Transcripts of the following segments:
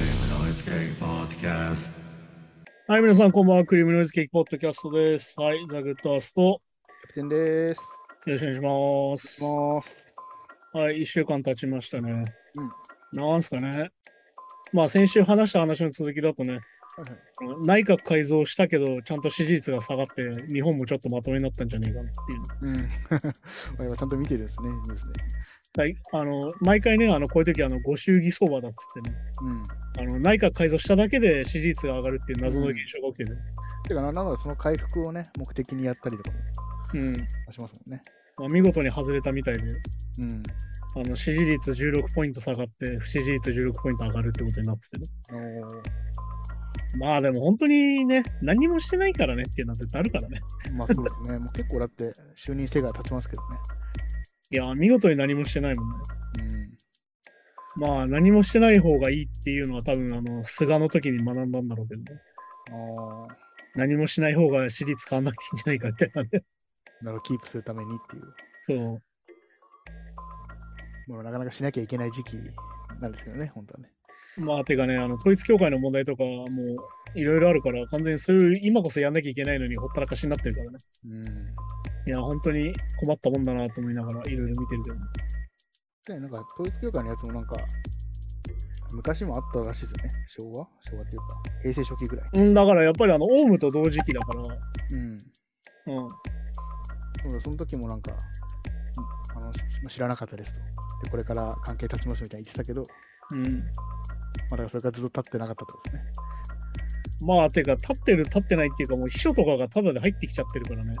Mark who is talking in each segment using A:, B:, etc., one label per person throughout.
A: ケーキポッドキャス
B: はい、皆さん、こんばんは。クリームノイズケーキポッドキャストです。はい、ザ・グッドアースト。よ
C: キャプテンです。
B: ろしくお願いし
C: い
B: ま
C: ます。
B: す。はい、一週間経ちましたね。なんすかね。まあ、先週話した話の続きだとね、
C: はいはい
B: 内閣改造したけど、ちゃんと支持率が下がって、日本もちょっとまとめになったんじゃねえかなっていう。
C: うん。 我々ちゃんと見てるんですね、ニュースね。
B: はい、あの、毎回ね、あの、こういう時、あの、ご祝儀相場だっつってね、
C: うん。
B: あの、内閣改造しただけで支持率が上がるっていう謎の現象が起きてる。
C: てかな、なんならその回復をね、目的にやったりとか
B: うん。
C: もしますもんね。
B: まあ、見事に外れたみたいで、
C: うん。
B: あの支持率16ポイント下がって、不支持率16ポイント上がるってことになってて、ね、
C: お
B: まあでも本当にね、何もしてないからねっていうのは絶対あるからね。
C: ー まあそうですね。もう結構だって就任してから経ちますけどね。
B: いやー、見事に何もしてないもんね。
C: うん。
B: まあ何もしてない方がいいっていうのは多分あの、菅の時に学んだんだろうけどね。
C: あ
B: 何もしない方が支持率変わんなくていいんじゃないかってなね。
C: あ。なるほどキープするためにっていう。
B: そう。
C: もうなかなかしなきゃいけない時期なんですけどね、本当はね。
B: まあてかね、あの統一教会の問題とかもいろいろあるから、完全にそういう今こそやんなきゃいけないのにほったらかしになってるからね。
C: うん。
B: いや、本当に困ったもんだなと思いながらいろいろ見てるけど、ね。
C: で、なんか統一教会のやつもなんか、昔もあったらしいですよね。昭和昭和っていうか、平成初期ぐらい。
B: うん、だからやっぱりあの、オウムと同時期だから、
C: うん。
B: うん。
C: でもその時もなんか、あのし知らなかったですと。で、これから関係立ちますみたいに言ってたけど、
B: うん、
C: まあだからそれがずっと立ってなかったってことですね。
B: まあ、てか、立ってる、立ってないっていうか、もう秘書とかがタダで入ってきちゃってるからね。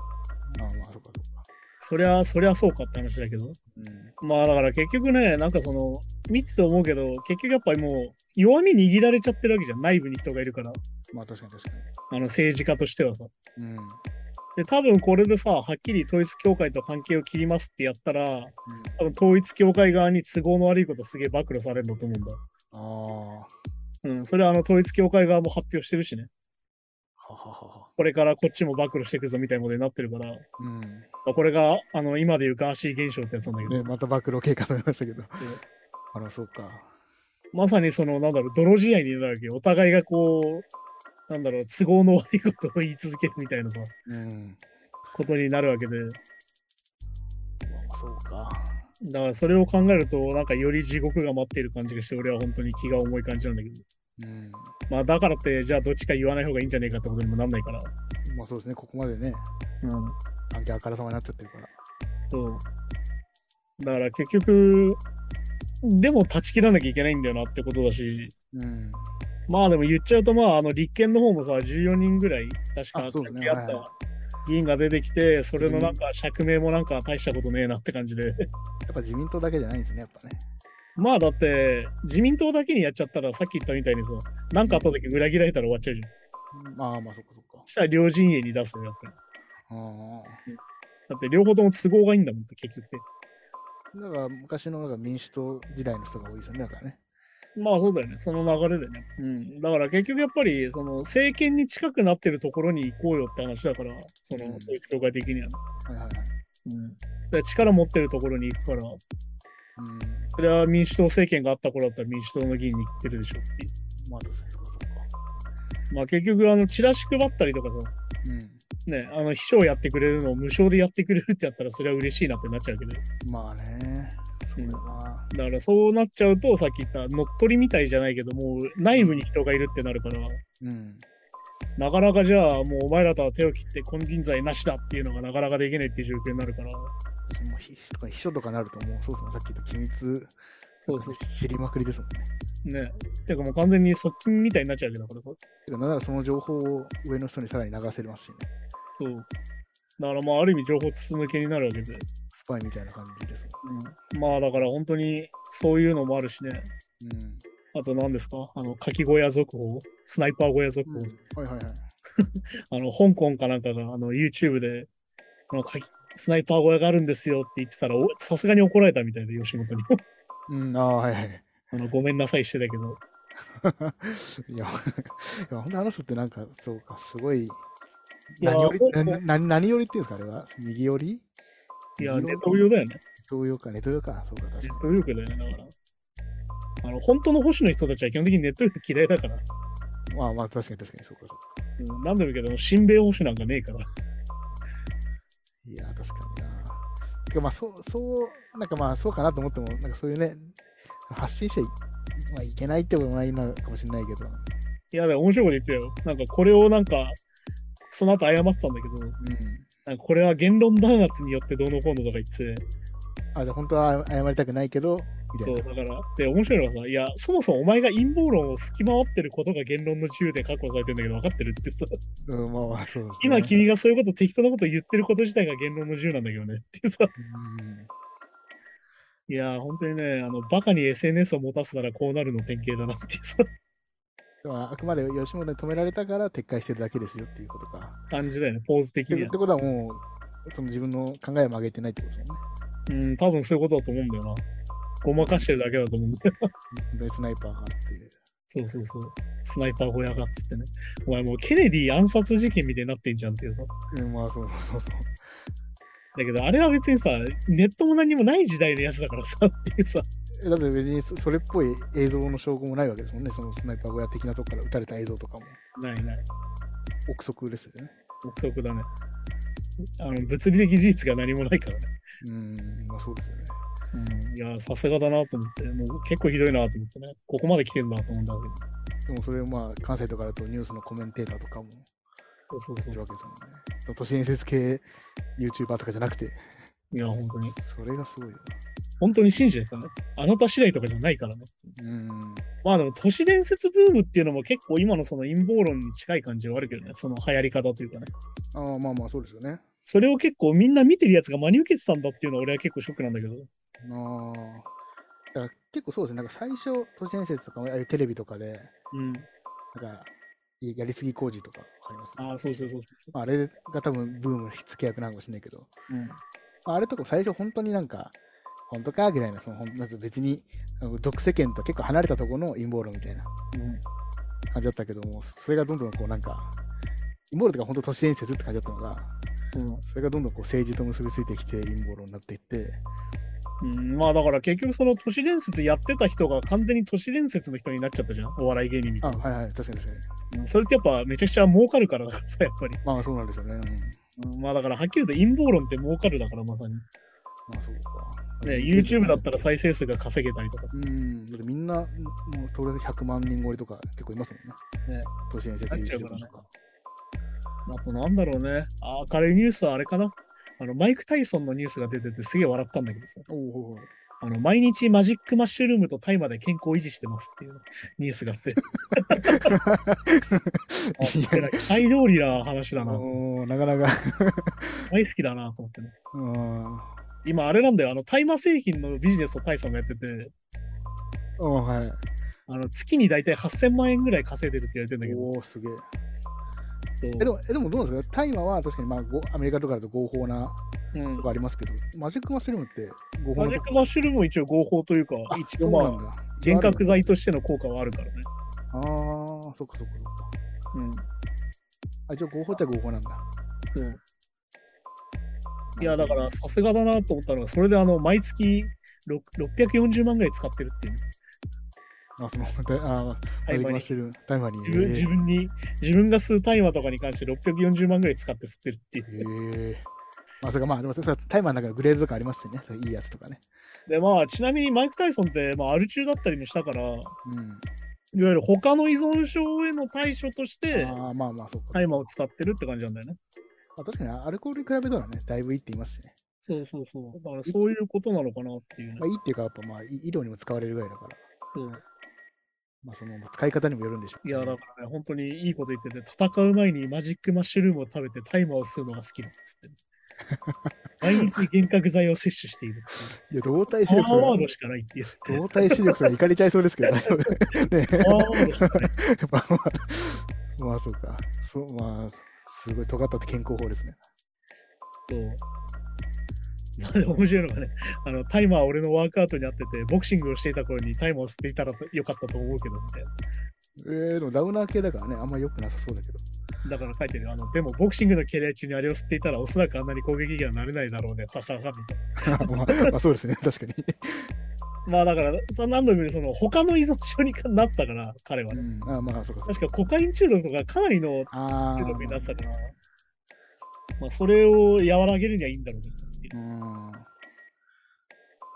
C: ああ、まあ、そうかそうか。
B: そりゃ、そりゃそうかって話だけど。
C: うん。
B: まあ、だから結局ね、なんかその、見てて思うけど、結局やっぱりもう、弱み握られちゃってるわけじゃん。内部に人がいるから、
C: まあ、確かに確か
B: あの、政治家としてはさ。
C: に。うん。うん。
B: で、多分これでさ、はっきり統一教会と関係を切りますってやったら、多分統一教会側に都合の悪いことすげえ暴露されるんだと思うんだ。
C: ああ、は
B: うん、それはあの統一教会側も発表してるしね。
C: ははは。
B: これからこっちも暴露していくぞみたいなことになってるから、ま
C: うん。
B: あ、これがあの今でいうガーシー現象ってやつなんだけど、
C: ね、また暴露経過になりましたけど。あら、そうか。
B: まさにその、なんだろう、泥仕合になるわけよお互いがこう、なんだろう、都合の悪いことを言い続けるみたいなさ、
C: うん。
B: ことになるわけで、
C: まあ、そうか。
B: だからそれを考えると、なんかより地獄が待っている感じがして、俺は本当に気が重い感じなんだけど、
C: うん。
B: まあだからって、じゃあどっちか言わない方がいいんじゃねえかってことにもなんないから、
C: まあ、そうですね。ここまでね、
B: うん、
C: 関係あからさまになっちゃってるから。
B: そう。だから結局、でも断ち切らなきゃいけないんだよなってことだし、
C: うん。
B: まあでも言っちゃうと、まあ、あの立憲の方もさ、14人ぐらい、確
C: あそう
B: か、
C: だ
B: ね、
C: ね
B: あ
C: は
B: っ
C: いはい
B: た議員が出てきて、それのなんか、釈明もなんか大したことねえなって感じで。
C: やっぱ自民党だけじゃないんですね、やっぱね。
B: まあだって、自民党だけにやっちゃったら、さっき言ったみたいにさ、なんかあった時裏切られたら終わっちゃうじゃん。
C: まあまあ、そうかそうか
B: そ。したら両陣営に出すのやっぱり。
C: ああ。
B: だって両方とも都合がいいんだもんって、結局って。
C: だから昔のなんか民主党時代の人が多いですよね、だからね。
B: まあそうだよね、その流れでね。うん。だから結局やっぱり、その政権に近くなってるところに行こうよって話だから、その
C: うん
B: 統一教会的にはね。
C: はいはいはい。
B: うん。だから力持ってるところに行くから、
C: うん。
B: それは民主党政権があった頃だったら民主党の議員に行ってるでしょってい
C: まあ、そうそうそう
B: う。まあ結局、あの、チラシ配ったりとかさ、
C: う
B: ね、あの、秘書をやってくれるのを無償でやってくれるってやったら、それは嬉しいなってなっちゃうけど、
C: ん。まあね。そうだな。
B: だからそうなっちゃうと、さっき言った乗っ取りみたいじゃないけど、もう内部に人がいるってなるから、
C: うん。
B: なかなかじゃあ、もうお前らとは手を切って金銀財なしだっていうのがなかなかできないっていう状況になるから、
C: 私も秘とか秘書とかなるともう、そうそう、さっき言った機密、
B: そうそ
C: 知りまくりですもんね。
B: う。ね。てかもう完全に側近みたいになっちゃうわけだからさ。
C: てかなんならその情報を上の人にさらに流せますしね。
B: そう。だからまあ、ある意味情報筒抜けになるわけで。
C: スパイみたいな感じです
B: まあだから本当にそういうのもあるしね。
C: もん。うん。
B: あと何ですかあの、柿小屋続報スナイパー小屋続報、
C: うん、はいはいはい。
B: あの、香港かなんかがあの YouTube で、あの柿スナイパー小屋があるんですよって言ってたら、おさすがに怒られたみたいで、吉本に。
C: うん、ああ、はいはい。
B: あのごめんなさいしてたけど。
C: いや、い や、ほんと話すってなんか、そうか、すごい。
B: や
C: 何より
B: ほんと
C: なな何よりっていうんですか、あれは右より
B: いや、
C: 右
B: ネ
C: 寄り
B: トウヨだよね。
C: 東洋か、ネトウヨか、そうか、確
B: ネ
C: か
B: ット右翼だよね、だから。あの、本当の保守の人たちは基本的にネットより嫌いだから。
C: まあまあ、確かに確かにそうかそうか。
B: うんなんだろうけど、親米保守なんかねえから。
C: いやー、確かにな。てかまあ、そう、そう、なんかまあ、そうかなと思っても、なんかそういうね、発信しちゃい,、まあ、いけないってことないのかもしれないけど、う
B: いや、だから面白いこと言ってたよ。なんかこれをなんか、その後謝ってたんだけど、
C: ん。
B: なんかこれは言論弾圧によってどうのこうのとか言ってて、
C: あ、じゃあ本当は謝りたくないけど、みた
B: そ、
C: いうな。
B: だから、で、面白いのがさ、いや、そもそもお前が陰謀論を吹き回ってることが言論の自由で確保されてんだけど分かってるってさ、
C: ううん、まあまあ、そうですね
B: 今君がそういうこと、適当なこと言ってること自体が言論の自由なんだけどねっていうさ、
C: うん
B: いやー、本当にね、あの、バカに SNS を持たすならこうなるの典型だなっていうさ、
C: でもあくまで吉本に止められたから撤回してるだけですよっていうことか。
B: 感じだよね、ポーズ的
C: って
B: に
C: っ
B: は
C: て。ことはもう、その自分の考えを曲げてないってことですよね。
B: うん、多分そういうことだと思うんだよな。ごまかしてるだけだと思うんだよ。
C: 本当にスナイパーがっていう。
B: そうそうそう。スナイパー小屋がっつってね。お前もうケネディ暗殺事件みたいになってんじゃんっていうさ。
C: うん、まあそうそうそう。
B: だけどあれは別にさ、ネットも何もない時代のやつだからさっていうさ。
C: えだって別にそそれっぽい映像の証拠もないわけですもんね、そのスナイパー小屋的なとこから撃たれた映像とかも、
B: ないない。
C: 憶測ですよね。
B: 憶測だね。あの物理的事実が何もないからね。
C: うーん、まあそうですよね。
B: うん、いや、さすがだなと思って、もう結構ひどいなと思ってね、ここまで来てんだと思うんだけど。
C: でもそれをまあ関西とかだとニュースのコメンテーターとかも
B: そうそうそ
C: い
B: う
C: る。わけですもんね。都市伝説系 YouTuber とかじゃなくて、
B: いや、本当に。
C: それがすごいよ
B: 本当に信じてたね。あなた次第とかじゃないからね。
C: な。うーん、
B: まあでも都市伝説ブームっていうのも結構今のその陰謀論に近い感じはあるけどね、その流行り方というかね。
C: ああまあまあそうですよね。
B: それを結構みんな見てるやつが真に受けてたんだっていうのは俺は結構ショックなんだけど。
C: あーだから結構そうですね、なんか最初、都市伝説とかもああいうテレビとかで、
B: うん。
C: なんかややりすぎ工事とかわかります
B: ああ、そうそうそうそ
C: まあ、あれが多分ブームの火付け役なのかもしれないけど。
B: う。うん。
C: まあ、あれとかも最初本当になんか、本当かみたいな、その本なんか別に、あの毒世間と結構離れたところの陰謀論みたいな感じだったけども、そそれがどんどんこうなんか、陰謀論とか本当都市伝説って感じだったのが、それがどんどんこう政治と結びついてきて陰謀論になっていって、
B: うん。うん、まあだから結局その都市伝説やってた人が完全に都市伝説の人になっちゃったじゃん。お笑い芸人み
C: あ、
B: たいな。
C: はいはい、確かに確かに。
B: うんそれってやっぱめちゃくちゃ儲かるからだからさ、やっぱり。
C: まあそうなんでしょうね。うん、
B: うんまあだからはっきり言うと陰謀論って儲かるだからまさに。
C: まあそうか。
B: ね、YouTube だったら再生数が稼げたりとかさ
C: うん、だってみんな、もうそれ100万人超えとか結構いますもんね。
B: ね
C: 都市伝説
B: なっちゃう
C: YouTube
B: からね
C: とか。
B: あとなんだろうね。あ明るいニュースはあれかな。あの、マイク・タイソンのニュースが出ててすげえ笑ったんだけどさ。
C: おおう、
B: あの、毎日マジックマッシュルームとタイまで健康維持してますっていうニュースが あって。
C: いや
B: あタイ料理な話だな。
C: おーなかなか。
B: 大好きだなと思ってね。
C: うん。あ
B: 今あれなんだよ。あの、タイマ製品のビジネスをタイさんがやってて、
C: ーはい。
B: あの、月に大体8000万円ぐらい稼いでるって言われてんだけど。
C: おお、すげえ。え、で
B: そう
C: も、えでもどうなんですか大麻は確かに、まあ、ごアメリカとかだと合法な
B: うん
C: とかありますけど、マジックマッシュルームって合法
B: マ
C: な
B: ジッ
C: と
B: ク
C: こ
B: マッシュルームも一応合法というか、
C: あ
B: 一応ま
C: そう
B: あ、
C: なんだ
B: 幻覚剤としての効果はあるからね。
C: ああ、そっかそっかそっか。
B: うん。
C: あ、一応合法っちゃ合法なんだ。
B: そう。いや、だから、さすがだなと思ったのは、それであの、毎月ろ640万ぐらい使ってるっていうね、
C: あ、その、で あー、マ
B: 大麻
C: ジックマッ
B: に
C: シュルーム、大麻に。
B: 自分自分に、自分が吸う大麻とかに関して640万ぐらい使って吸ってるっていう。
C: へえ。まあ、それか、まあ、でも、それは大麻の中のグレードとかありますしね。それいいやつとかね。
B: で、まあ、ちなみにマイク・タイソンって、まあ、アル中だったりもしたから、いわ
C: うん。
B: ゆる他の依存症への対処として、
C: ああ、まあまあ、そっか。
B: 大麻を使ってるって感じなんだよね。
C: まあ、確かに、アルコールに比べたらね、だいぶいいって言いますしね。
B: そうそうそう。だから、そういうことなのかなっていうね
C: まあ、いいっていうか、やっぱ、まあ、い医療にも使われるぐらいだから。
B: そう
C: まあ、その、まあ使い方にもよるんでしょう
B: い
C: ね、
B: や、だからね、本当にいいこと言ってて、戦う前にマジックマッシュルームを食べて大麻を吸うのが好きなんです って。毎日幻覚剤を摂取しているっ
C: いや、動体
B: て
C: 視
B: いう。
C: 力
B: パワーワー
C: そ
B: ドしかないっていう。
C: れ、動体視力それ、怒りちゃいそうですけ ど、大丈夫。ね
B: パ
C: え、
B: ワーワードしかない。
C: まあまあ、まあ、そうか。そう、まあ、すごい尖ったって健康法ですね。
B: そうまあ、でも面白いのがね、あの、タイマーは俺のワークアウトにあってて、ボクシングをしていた頃にタイマーを吸っていたらよかったと思うけど、みたいな。
C: えー、でもダウナー系だからね、あんま良くなさそうだけど。
B: だから書いてるよあの、でもボクシングのキャリア中にあれを吸っていたら、おそ らくあんなに攻撃にはなれないだろうね、ははは、みたいな。
C: まあ、まあ、そうですね、確かに。
B: まあだから、さ何度も言うその他の依存症になってたから、彼は
C: う
B: ね。
C: ん、あまあ、そうかそうか。
B: 確かコカイン中毒とかかなりの
C: ああ
B: 中。毒になってたから、まあそれを和らげるにはいいんだろうけどっていう
C: う。ん。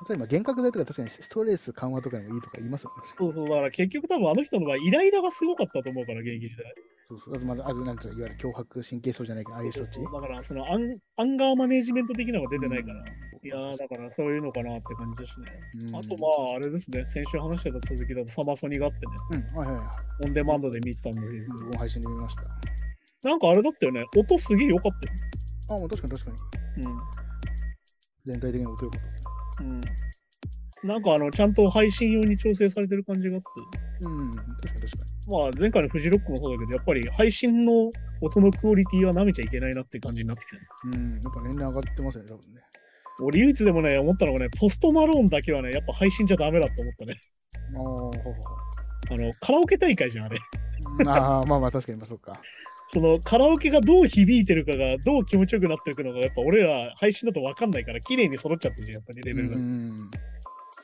C: 例えば、幻覚剤とか確かにストレス緩和とかにもいいとか言いますよね。
B: そうそう、だから結局多分あの人の場合、イライラがすごかったと思うから、現役時代。
C: そうそう。あと、まだ、あと、なんていうのいわゆる脅迫神経症じゃないけど、ああいう処置。
B: だから、そのアンアンガーマネジメント的なのが出てないから。
C: うん
B: いやーだからそういうのかなって感じですね。
C: うん
B: あとまああれですね、先週話してた続きだとサマソニがあってね、
C: うん、はいはいはい。
B: オンデマンドで見てたんですけ
C: 僕
B: ど、
C: も配信で見ました。
B: なんかあれだったよね、音すげえ良かったよ。
C: あ、もう確かに確かに。全体的に音良かったですね。
B: うん。うん。なんかあの、ちゃんと配信用に調整されてる感じがあって、
C: うん、確かに確か
B: まあ前回のフジロックもそうだけど、やっぱり配信の音のクオリティは舐めちゃいけないなって感じになってきてる。
C: に。うん、やっぱ年々上がってますよね、多分ね。
B: 俺唯一でもね、思ったのがね、ポストマローンだけはね、やっぱ配信じゃダメだと思ったね。
C: ああ、ほうほうほ
B: あの、カラオケ大会じゃん、あれ。
C: う。 ああ、まあまあ確かに、まあそうか。
B: そのカラオケがどう響いてるかがどう気持ちよくなってるかのがやっぱ俺ら配信だと分かんないから綺麗に揃っちゃってるじゃんやっぱりレ
C: う
B: ベルが、
C: ん。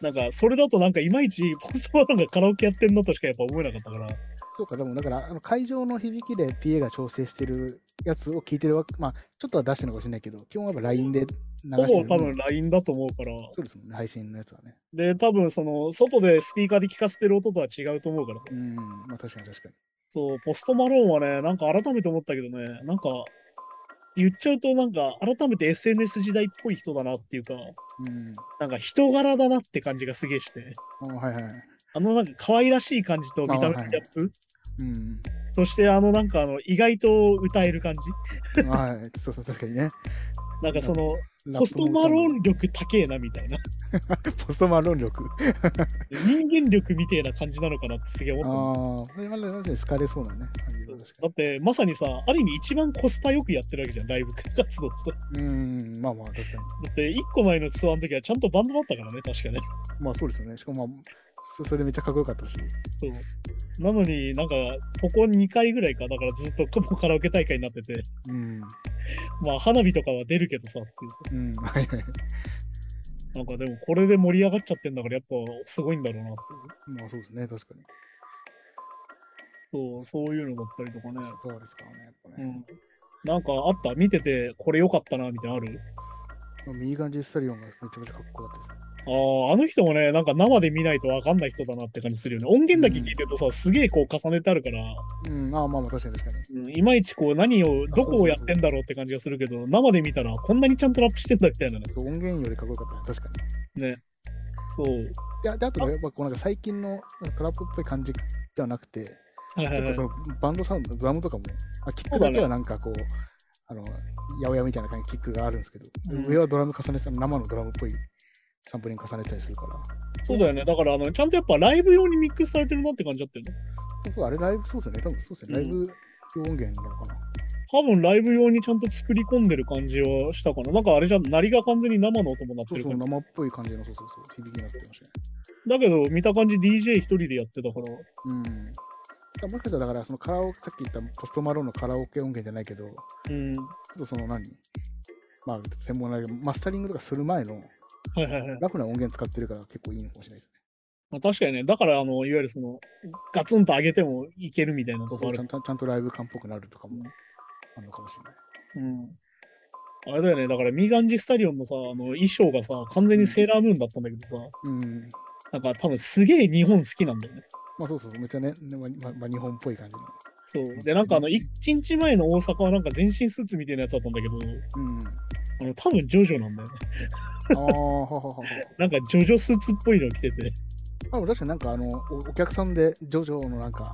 B: なんかそれだとなんかいまいちポストマローンがカラオケやってんのとしかやっぱ思えなかったから
C: そうか、でもだから、あの会場の響きで PA が調整してるやつを聞いてるわけ、まあちょっとは出してるのかもしれないけど、基本はやっぱ LINE で流して
B: ほ
C: る。
B: ぼ多分 LINE だと思うから
C: そうですもんね、配信のやつはね。
B: で多分その外でスピーカーで聞かせてる音とは違うと思うから
C: うん、まあ確かに確かに。
B: そうポストマローンはねなんか改めて思ったけどねなんか言っちゃうとなんか改めて SNS 時代っぽい人だなっていうか
C: うん。
B: なんか人柄だなって感じがすげえして
C: あはいはい。
B: あのなんか可愛らしい感じと見た目のギャップ、
C: うん。
B: そしてあのなんかあの意外と歌える感じ
C: はい、そうそう、確かにね。
B: なんかその
C: ラップも
B: ポストマローン力高えなみたいな
C: ポストマロン力。
B: 人間力みてえな感じなのかなってすげえ
C: ああ、
B: 思っ
C: これまだまだ好かれそうなね。感じ
B: た
C: が
B: んですよだ
C: 確か
B: ってまさにさある意味一番コスパよくやってるわけじゃんライブ活動ってだ
C: に。うん、まあまあ確かに。
B: って1個前のツアーの時はちゃんとバンドだったからね確かね
C: まあそうですよね。しかもまあ、そそれでめっちゃかっこよかったし。
B: そうなのになんかここ2回ぐらいかだからずっと過去カラオケ大会になって て
C: うん。
B: まあ花火とかは出るけどさっていうさ
C: うん。 はいはい。
B: なんかでもこれで盛り上がっちゃってんだからやっぱすごいんだろうなっていう
C: まあそうですね、確かに。
B: そうそういうのだったりとかね
C: そうですからね、やっぱ
B: う
C: ね。
B: んなんかあった見ててこれ良かったなみたいなのある
C: まあ右ガンジスタリオンがめちゃめちゃかっこよかったです。
B: あああの人もねなんか生で見ないと分かんない人だなって感じするよね音源だけ聞いてるとさ、すげえこう重ねてあるから、
C: うん、ああまあまあ確かに確かに。
B: いまいちこう何をどこをやってんだろうって感じがするけど生で見たらこんなにちゃんとラップしてんだみたいなね
C: そう音源よりかっこよかった、確かに。
B: そう
C: いや、であとね、やっぱこうなんか最近のトラップっぽい感じではなくて、
B: はいはい
C: 結
B: は
C: 構
B: い
C: そのバンドサウンド、ドラムとかも、あキ
B: そ
C: ック
B: うだ
C: だ
B: ね
C: けはなんかこう、あの、八百屋みたいな感じキックがあるんですけど、
B: うん
C: 上はドラム重ねてた生のドラムっぽいサンプリング重ねてたりするから、
B: そうだよねだからあのちゃんとやっぱライブ用にミックスされてるなって感じだったよね
C: そうあれライブそうですよね、多分そうですよね、ライ
B: う
C: ブ用音源なのかな。
B: 多分ライブ用にちゃんと作り込んでる感じはしたかななんかあれじゃん鳴りが完全に生の音もなっ
C: そ
B: て
C: う
B: る
C: そ
B: か
C: う、
B: ら
C: 生っぽい感じの、そうそうそう、響きになってましたね。
B: だけど見た感じ DJ 一人でやってたから
C: うん。だからもしかしたら、だから、そのカラオケ、さっき言ったポストマローンのカラオケ音源じゃないけど、ちょ
B: うん
C: っとその何まあ、専門なマスタリングとかする前の
B: はいはいはい
C: ラフな音源使ってるから結構いいのかもしれないですね。
B: まあ、確かにね、だからあの、いわゆるその、ガツンと上げてもいけるみたいなとこ
C: そ
B: あ
C: うちゃ
B: る。
C: んとちゃんとライブ感っぽくなるとかもあるのかもしれない。
B: うん。あれだよね、だからミーガンジスタリオンのさ、あの衣装がさ、完全にセーラームーンだったんだけどさ、
C: うん。
B: なんか多分すげえ日本好きなんだよね。
C: まあそうそう、めっちゃね、ねままま日本っぽい感じの。
B: そう。で、なんかあの、1日前の大阪はなんか全身スーツみたいなやつだったんだけど、
C: うん。
B: あの、多分ジョジョなんだよね。
C: ああ、はははは。
B: なんかジョジョスーツっぽいの着てて。
C: あ確かになんかあの、おお客さんでジョジョのなんか、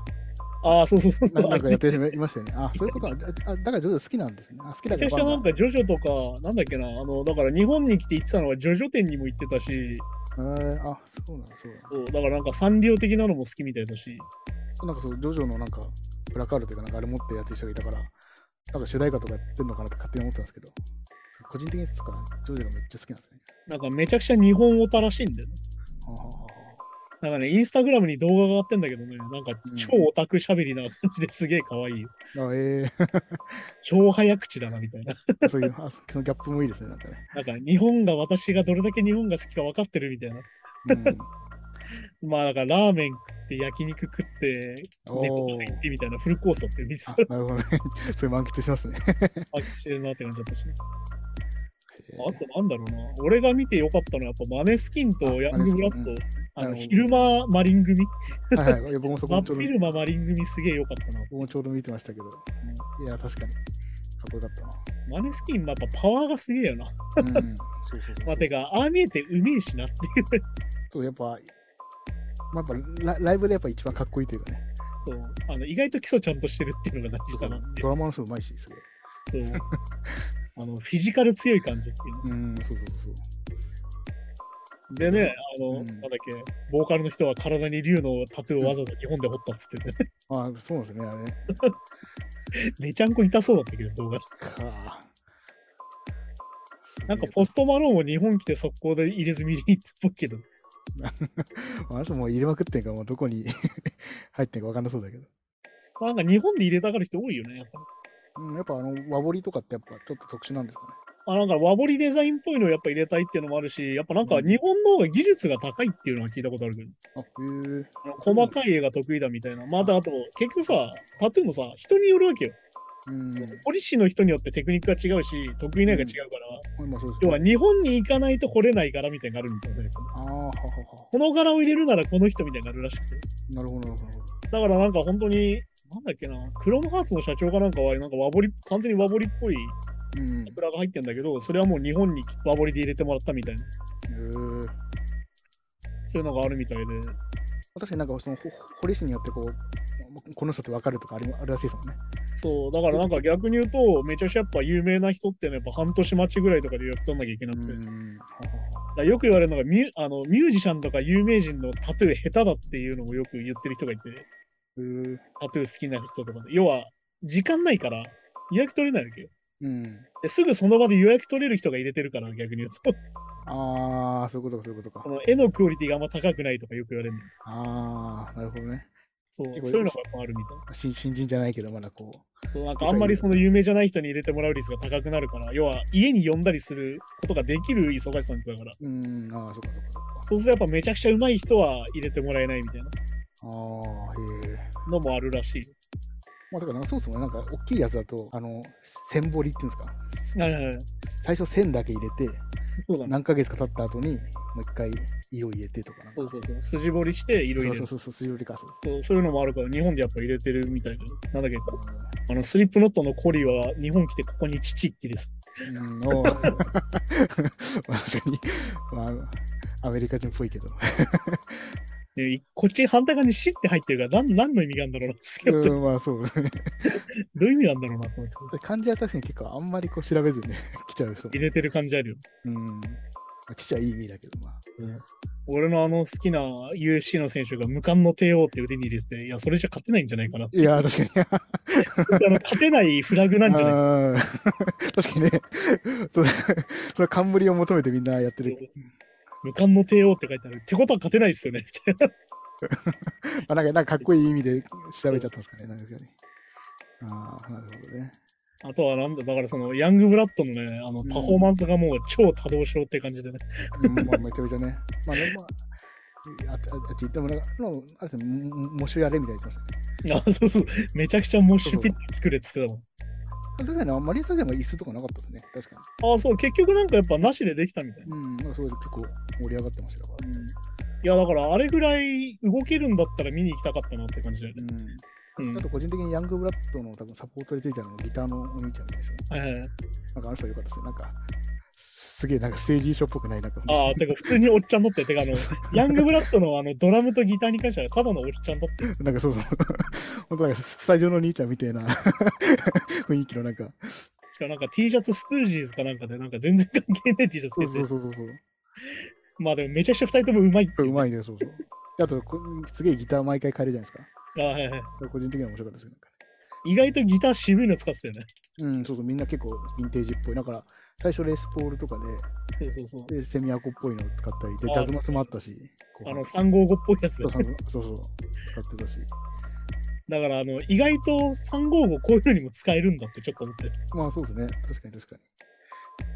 B: ああ、そうそうそう。
C: ななんかやっ
B: め
C: てる人いましたよね。あそういうことは、ああだからジョジョ好きなんですね。あ好きだ
B: ち
C: か
B: ゃ
C: ら
B: くちゃなん
C: バンド
B: かジョジョとか、なんだっけな、あの、だから日本に来て行ってたのはジョジョ店にも行ってたし、
C: へえあ、そうなんだ、そうなんだ。
B: そうだからなんかサンリオ的なのも好きみたいだし、
C: なんかそう、ジョジョのなんか、プラカードというか、なんかあれ持ってやってる人がいたから、なんか主題歌とかやってんのかなって勝手に思ってたんですけど、個人的にですか、ジョジョがめっちゃ好きなんですね。
B: なんかめちゃくちゃ日本オタらしいんだよね。
C: はあはあは
B: なんかね、インスタグラムに動画が上がってんだけどね、なんか
C: うん
B: 超オタクしゃべりな感じですげえ可愛いよ。
C: あはああ、え
B: 超早口だなみたいな。
C: え そういう、あそのギャップもいいですね、なんかね。
B: なんか日本が私がどれだけ日本が好きか分かってるみたいな。
C: うん、
B: まあだからラーメン食って焼肉食って
C: お
B: 猫
C: お
B: と行ってみたいなフルコースをって水
C: あ
B: を
C: なるほどね。 それ満喫してますね。
B: してるなって感じだったしね。あとなんだろうな。俺が見てよかったのはやっぱマネスキンとヤングブラッド、
C: マ
B: あ
C: ネ
B: の
C: スキン
B: 昼間マリン組、
C: はいはい、いや僕もそこ
B: 真
C: も
B: っ
C: ちょうど
B: 昼間マリン組すげえよかったな。
C: 僕もちょうど見てましたけど。いや、確かに。かっこよかったな。
B: マネスキンもやっぱパワーがすげえよな。
C: うん、そうそうそう。
B: まあ、てか、ああ見えてうめえしなっていう。
C: そう、やっぱ、まあ、やっぱラライブでやっぱ一番かっこいいというかね。
B: そうあの意外と基礎ちゃんとしてるっていうのが大事だなって
C: ドラマの人うまいし、すごい。
B: いう。そうあのフィジカル強い感じっていうの。
C: うん、そうそうそうそう。
B: でね、あの、
C: うん
B: なんだっけ、ボーカルの人は体に竜のタトゥーをわざわざ日本で彫ったっつってね、
C: ああ、そうなんですね、あれね。
B: めちゃんこ痛そうだったけど、動画。
C: か
B: なんかポストマローンを日本来て速攻で入れ墨に行ったっぽいけど、
C: あの人もう入れまくってんから、もうどこに 入ってんか分かんなそうだけど。
B: まあなんか日本で入れたがる人多いよね、やっぱ。
C: うん、やっぱあの、和彫りとかってやっぱちょっと特殊なんですかね。
B: あなんか和彫りデザインっぽいのをやっぱ入れたいっていうのもあるし、やっぱなんか日本の方が技術が高いっていうのは聞いたことあるけど、
C: あ、へえ。
B: あの細かい絵が得意だみたいな。またあと、結局さ、タトゥーもさ、人によるわけよ。
C: うん。
B: ポリシーの人によってテクニックが違うし、得意な絵が違うから、
C: まあ、そうです
B: 要
C: よ
B: は
C: ね。
B: 日本に行かないと掘れない柄みたいなのがあるみたいな。
C: ああ、ははは。
B: この柄を入れるならこの人みたいなのがあるらしくて。
C: なるほど、なるほど。
B: だからなんか本当に、なんだっけな、クロムハーツの社長かなんかは、なんか和彫り、完全に和彫りっぽい
C: うん。へ
B: 桜が入ってんだけど、それはもう日本に和彫りで入れてもらったみたいな、
C: え。
B: そういうのがあるみたいで、
C: 確かになんかそのほ堀市によってこうこの人って分かるとかありあるらしいですもんね。
B: そう、だからなんか逆に言うと、めちゃくちゃやっぱ有名な人ってのはやっぱ半年待ちぐらいとかで予約取んなきゃいけなくて、だか
C: ん。
B: らよく言われるのがミュあの、ミュージシャンとか有名人のタトゥー下手だっていうのもよく言ってる人がいて、
C: へえ。
B: タトゥー好きな人とかで、要は時間ないから予約取れないわけよ。
C: うん。
B: ですぐその場で予約取れる人が入れてるから逆に言うと
C: ああ、そういうことか、そういうこと
B: こ
C: か。
B: の絵のクオリティがあんま高くないとかよく言われるの
C: ああ、なるほどね。
B: そう
C: 結構
B: そういうのがやっぱあるみたい
C: 新新人じゃないけど、まだこ
B: そうなんかあんまりその有名じゃない人に入れてもらう率が高くなるから要は家に呼んだりすることができる忙しさの人だから
C: う。うん、ああ、そうか、そうか
B: そうするとやっぱめちゃくちゃ上手い人は入れてもらえないみたいな
C: そうか。ああ、へえ。
B: のもあるらしい。
C: まあ、だからなんかそうですもんね。なんか大きいやつだと、あの、千彫りっていうんですか。
B: はいはいはい
C: 最初千だけ入れて、
B: そうだね。
C: 何ヶ月か経った後に、もう一回色入れてとかなんか。
B: そうそうそう。筋彫りして色入れ
C: そ
B: る
C: うそうそう、水曜日か、そう
B: そうそういうのもあるから日本でやっぱ入れてるみたいな。なんだっけこ
C: そう。
B: あのスリップノットのコリーは日本来てここに父って入れて
C: うん、おう確かに、まあ、アメリカ人っぽ いけど。
B: でこっち反対側に死って入ってるから何何の意味があるんだろうな ってど
C: うん、まあそう。
B: ういう意味なんだろうなと思って
C: 漢字は確かに結構あんまりこう調べずにね、 来ちゃう人も。
B: 入れてる感じあるよ、
C: うん。まあちっちゃいい意味だけど、まあ。
B: 俺のあの好きな UFC の選手が無冠の帝王って腕に入れてていやそれじゃ勝てないんじゃないかな
C: いや、確かに。
B: あの勝てないフラグなんじゃないか
C: あー 確かにね。そう その冠を求めてみんなやってる。
B: 無冠の帝王って書いてあるってことは勝てないですよね みたいな
C: あなんか、なんかかっこいい意味で調べちゃったんですかね、なんかね。ああ、なるほどね。
B: あとはなんだだからそのヤングブラッドのねあの
C: うん
B: パフォーマンスがもう超多動症って感じでね、
C: うんまあ、めちゃめちゃね。 まあ、でもまあ、あああっち行ってもなんか、のあれですね、もももしやれみたいに言ってましたね。
B: あそうそうめちゃくちゃモッシュピッチ作れっつってたもん
C: 確かに、マリアさんでも椅子とかなかったですね。確か
B: ああそう結局なんかやっぱなしでできたみたいな
C: に。うん、なんかそういう結構盛り上がってましたから。
B: いやだからあれぐらい動けるんだったら見に行きたかったなって感じだよね。
C: う
B: うん
C: ん。あと個人的にヤングブラッドの多分サポートについてあのギターのお兄ちゃんみたいですよね。
B: はいはいはい
C: なんかあの人良かったですね。なんか、すげえなんかステージ衣装っぽくない、なんか。
B: ああ、てか普通におっちゃんだって、てかあ の、ヤングブラッドのあのドラムとギターに関してはただのおっちゃんだって。
C: なんかそうそう。本当なんかスタジオの兄ちゃんみたいな 雰囲気のなんか。
B: しかもなんか T シャツストゥージーズかなんかでなんか全然関係ない T シャツ
C: そう
B: 着て
C: そう
B: て。
C: そうそうそう。
B: まあでもめちゃくちゃ2人ともうまいって
C: こ
B: い
C: れうま
B: い。
C: いね、そうそう。あと、こすげえギター毎回変えるじゃないですか。
B: あーはいはい。
C: 個人的には面白かったですよ。
B: 意外とギター渋いの使ってたよね。
C: なんかうん、そうそう、みんな結構ヴィンテージっぽい。だから、最初レースポールとか
B: そうそうそう。
C: で、でセミアコっぽいのを使ったり、で、
B: あ
C: ジャズマスもあったし、後
B: あ
C: 半
B: の355っぽいやつ
C: そ
B: だ
C: うそうそうそう、使ってたし。
B: だからあの意外と355こういうのにも使えるんだってちょっと思って。
C: まあそうですね、確かに確かに。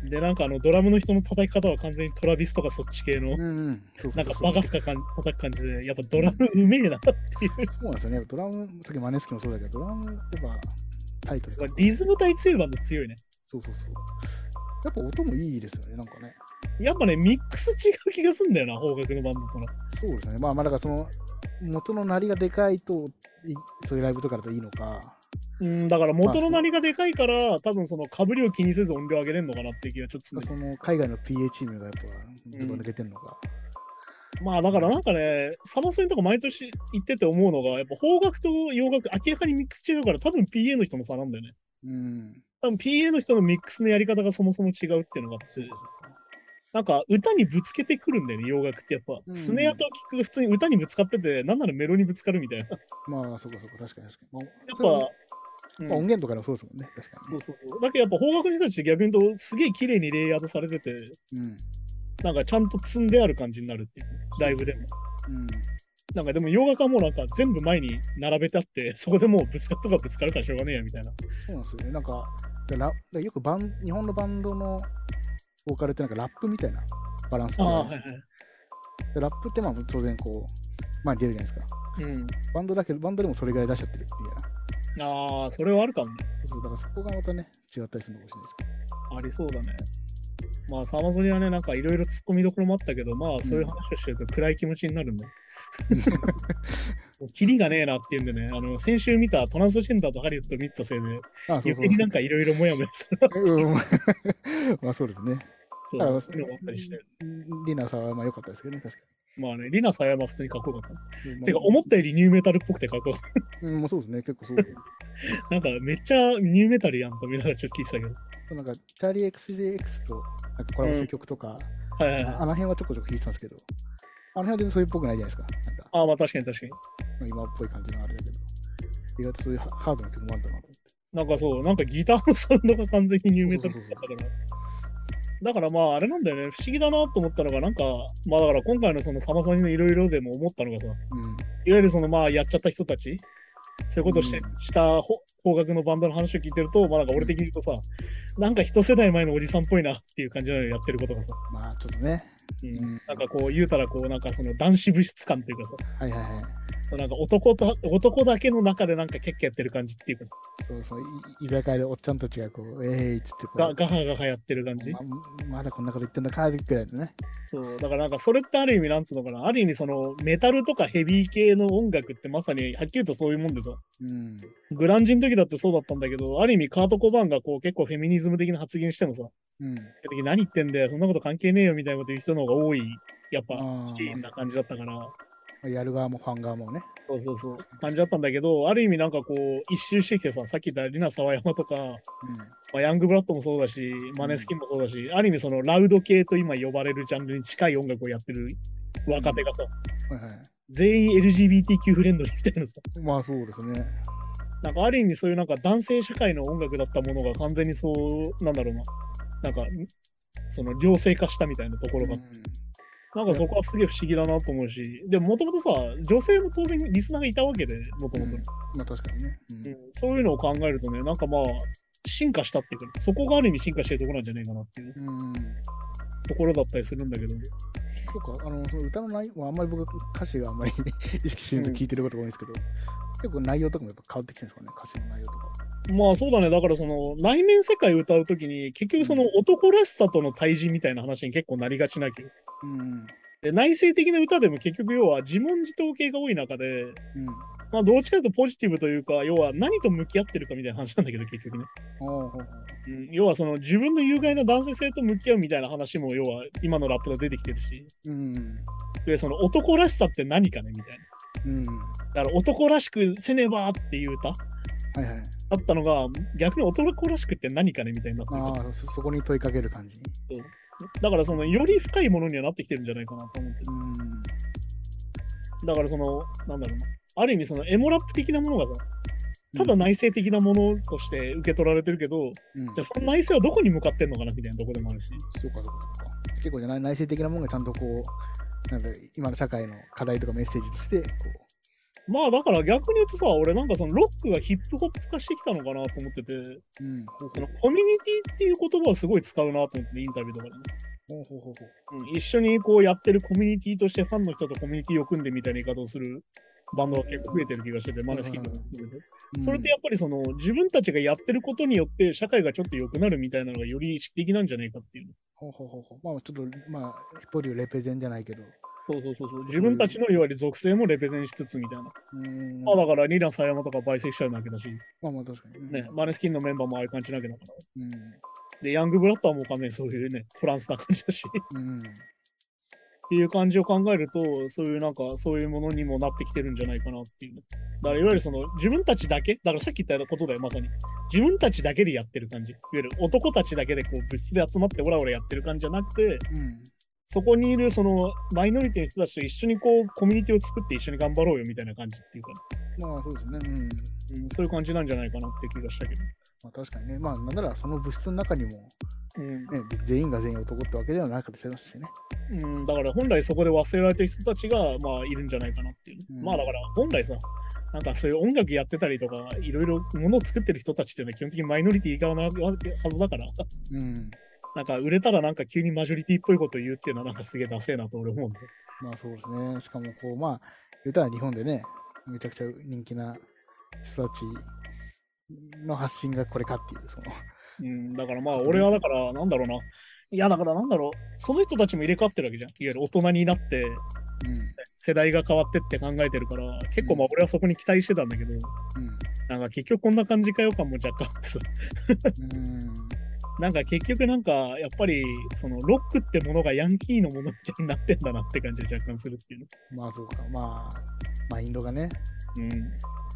B: で、なんかあのドラムの人の叩き方は完全にトラビスとかそっち系の、
C: うんうん。そうそ
B: な
C: うんそ
B: か
C: うそう
B: バカすかかん叩く感じで、やっぱドラムうめえなっていう。
C: そうなんですよね。ドラム、さっきマネスキもそうだけど、ドラム、やっぱタイトル
B: やっぱリズム体強いバンド強いね。
C: そうそうそう。やっぱ音もいいですよね、なんかね。
B: やっぱね、ミックス違う気がすんだよな、方角のバンドとの。
C: そうですね。まあまあ、だからその、元の鳴りがでかいと、いそういうライブとかだといいのか。
B: うん、だから元の何がでかいから、多分その被りを気にせず音量上げれるのかなっていう気がちょっとするんだけど
C: その海外の PA チームがやっぱずば抜けてんのか。
B: まあだからなんかね、サマソニとか毎年行ってて思うのが、やっぱ邦楽と洋楽、明らかにミックス違うから、多分 PA の人の差なんだよね。
C: うん。
B: 多分 PA の人のミックスのやり方がそもそも違うっていうのがあって、なんか歌にぶつけてくるんだよね、洋楽ってやっぱ
C: う。ん
B: スネアとキックが普通に歌にぶつかってて、なんならメロにぶつかるみたいな。やっ
C: まあ、そうかそうか、確かに確かに。まあ、そ
B: ぱ
C: れは、
B: うん
C: まあ音源とかでもそうですもんね、確か
B: そうそうそうだけどやっぱ邦楽の人たちって逆に言うと、すげえ綺麗にレイヤードされてて、
C: に。うん。
B: なんかちゃんと積んである感じになるっていう、ライブでも。
C: うん。
B: なんかでも洋楽はもうなんか全部前に並べてあって、そこでもうぶつかっとかぶつかるからしょうがねえやみたいな。
C: そうなんですよね。なんか、だからラだからよくバン日本のバンドのボーカルってなんかラップみたいなバランスで、
B: はい。
C: でラップってまあ当然こう、前に出るじゃないですか。
B: うん。
C: バンドだけど、バンドでもそれぐらい出しちゃってるみたいな。
B: ああ、それはあるかもね。
C: そうそう、だからそこがまたね、違ったりするのかもし
B: ありそうだね。まあ、サマソニはね、なんかいろいろ突っ込みどころもあったけど、まあ、そういう話をしてると暗い気持ちになるんだ。もうキリがねえなっていうんでね、あの、先週見たトランスジェンダーとハリウッド見たせいで、
C: れないですけど。あ、そう
B: 余
C: そ
B: 計になんかいろいろモヤモヤする。
C: う。うん、 まあそうですね。
B: そ
C: あ
B: う、そういうのもあったりして。
C: リナさんはまあ良かったですけどね、確か
B: まあね、リナ・サヤマは普通にかっこよかった。
C: に。
B: てか、思ったよりニューメタルっぽくてかっこよかっ
C: うん、まあそうですね、結構そう。
B: た。なんか、めっちゃニューメタルやんと見ながらちょっと聞いてたけど。
C: なんか、チャーリー XJX となんかコラボした曲とか、
B: はいはい
C: あ
B: はい。
C: あの辺はちょこちょこ弾いてたんですけど、あの辺は全然そういうっぽくないじゃないですか。なんか、
B: ああ、まあ確かに確かに。
C: 今っぽい感じのあれだけど、意外とそういうハハードな曲もあるんだなと
B: なんかそう、なんかギターのサウンドが完全にニューメタルだったから。だからまああれなんだよね、不思議だなと思ったのが、なんか、まあだから今回のそのサマソニのいろいろでも思ったのがさ、いわ
C: 思って。
B: ゆるそのまあやっちゃった人たち、そういうことをして、
C: うん
B: したほ方角のバンドの話を聞いてると、まあなんか俺的に言うとさ、なんか一世代前のおじさんっぽいなっていう感じなのよ、やってることがさ。
C: うん。まあ、ちょっとね。
B: う
C: うんん。
B: なんかこう言うたらこうなんかその男子物質感っていうかさ、
C: はいはいはい。
B: そうなんか男と男だけの中でなんかキャッキャやってる感じっていうかさ、
C: そうそう、い居酒屋でおっちゃんたちがこう、えーいっつってこう。
B: がガハガハやってる感じ。
C: ままだこんなこと言ってんだかーぐらいのね。
B: そうだからなんかそれってある意味なんつうのかなある意味そのメタルとかヘビー系の音楽ってまさにはっきり言うとそういうもんでさ
C: うん。
B: グランジの時だってそうだったんだけどある意味カート・コバーンがこう結構フェミニズム的な発言してもさ
C: うん。
B: 何言ってんだよそんなこと関係ねえよみたいなこと言う人の方が多いやっぱ
C: あ
B: シーンな感じだったから
C: あ、やる側もファン側もね。
B: そうそうそう感じだったんだけどある意味なんかこう一周してきてささっき言ったリナ・沢山とか、まあ、ヤング・ブラッドもそうだしマネスキンもそうだし、ある意味そのラウド系と今呼ばれるジャンルに近い音楽をやってる若手がさ、
C: うん。はいはい。
B: 全員 LGBTQ フレンドリーみたいなさ、
C: まあそうですね。
B: なんかある意味そういうなんか男性社会の音楽だったものが完全にそう、なんだろうな、なんか、その良性化したみたいなところが、なんかそこはすげえ不思議だなと思うし、でももともとさ、女性も当然リスナーがいたわけで、もと
C: うん
B: もと。
C: まあ確かにね。うん
B: そういうのを考えるとね、なんかまあ、進化したっていうか、そこがある意味進化してるところなんじゃないかなっていう
C: うん。
B: ところだったりするんだけど、
C: そうか、あの、その歌の内容はあんまり僕、歌詞があんまり 意識しないと聞いてることが多いんですけど、結構内容とかもやっぱ変わってきてるんですかね、歌詞の内容とか。
B: まあそうだね、だからその内面世界を歌うときに、結局その男らしさとの対峙みたいな話に結構なりがちなけど。
C: うん。
B: で内省的な歌でも結局要は自問自答系が多い中で、
C: うん。
B: まあ、どっちかというとポジティブというか要は何と向き合ってるかみたいな話なんだけど結局ね、
C: おうほうほう
B: うん、要はその自分の有害な男性性と向き合うみたいな話も要は今のラップで出てきてるし
C: うん。
B: でその男らしさって何かねみたい
C: うん。
B: なだから男らしくせねばっていう歌だ
C: はいはい。
B: ったのが逆に男らしくって何かねみたいになってる
C: ああ、そそこに問いかける感じ。
B: だからそのより深いものにはなってきてるんじゃないかなと思って
C: うん。
B: だからそのなんだろうなある意味そのエモラップ的なものがさただ内省的なものとして受け取られてるけど、
C: うん、
B: じゃあその内省はどこに向かってんのかなみたいなとこでもあるし、
C: そうかそうかそうか。結構じゃない内政的なものがちゃんとこう、なんだろう今の社会の課題とかメッセージとしてこ
B: まあだから逆に言うとさ、俺なんかそのロックがヒップホップ化してきたのかなと思ってて、
C: うん。ほう
B: そ
C: ほ
B: の
C: う
B: コミュニティっていう言葉をすごい使うなと思ってて、インタビューとかでも。
C: ほうほうほうほう。
B: うん、一緒にこうやってるコミュニティとしてファンの人とコミュニティを組んでみたいな言い方をするバンドが結構増えてる気がしてて、マネスキンとかも含めて。それってやっぱりその自分たちがやってることによって社会がちょっと良くなるみたいなのがより意識的なんじゃないかっていう。
C: ほうほうほうほう。まあちょっと、まあ、一人をレペゼンじゃないけど。
B: そうそうそうそう。自分たちのいわゆる属性もレペゼンしつつみたいな。
C: うん。
B: まあだから、ニラン・サヤマとかバイセクシャルなわけだし、
C: まあまあ確かに。
B: ね、マネスキンのメンバーもああいう感じなわけだから。
C: うん。
B: で、ヤングブラッドはもう完全にそういうね、フランスな感じだし、っ
C: うん。
B: ていう感じを考えると、そういうなんか、そういうものにもなってきてるんじゃないかなっていう。だから、いわゆるその、自分たちだけ、だからさっき言ったことだよ、まさに。自分たちだけでやってる感じ。いわゆる男たちだけでこう、物質で集まってオラオラやってる感じじゃなくて、
C: うん。
B: そこにいるその、マイノリティの人たちと一緒にこう、コミュニティを作って一緒に頑張ろうよみたいな感じっていうか、
C: まあそうですね。うん。
B: うん、そういう感じなんじゃないかなって気がしたけど。
C: まあ確かにね。まあなんならその物質の中にも、ね、
B: うん
C: 全員が全員男ってわけではなかったりしますしね。
B: うん、だから本来そこで忘れられてる人たちが、まあ、いるんじゃないかなっていう、
C: うん
B: まあだから本来さ、なんかそういう音楽やってたりとか、いろいろものを作ってる人たちっていうのは基本的にマイノリティ側なはずだから、
C: うん。
B: なんか売れたらなんか急にマジョリティっぽいこと言うっていうのはなんかすげえダセえなと俺思うんで。
C: まあそうですね。しかもこう、まあ、言うたら日本でね、めちゃくちゃ人気な人たちの発信がこれかっていう、その。
B: うん、だからまあ俺はだからなんだろうな。いやだからなんだろう、その人たちも入れ替わってるわけじゃん。いわゆる大人になって世代が変わってって考えてるから、結構まあ俺はそこに期待してたんだけど、
C: う
B: なんか結局こんな感じかよ感も若干あってさ
C: ん。うん。うん。
B: なんか結局なんかやっぱりそのロックってものがヤンキーのものみたいになってんだなって感じが若干するっていうね、
C: まあそうか。まあ、マインドがね。
B: うん、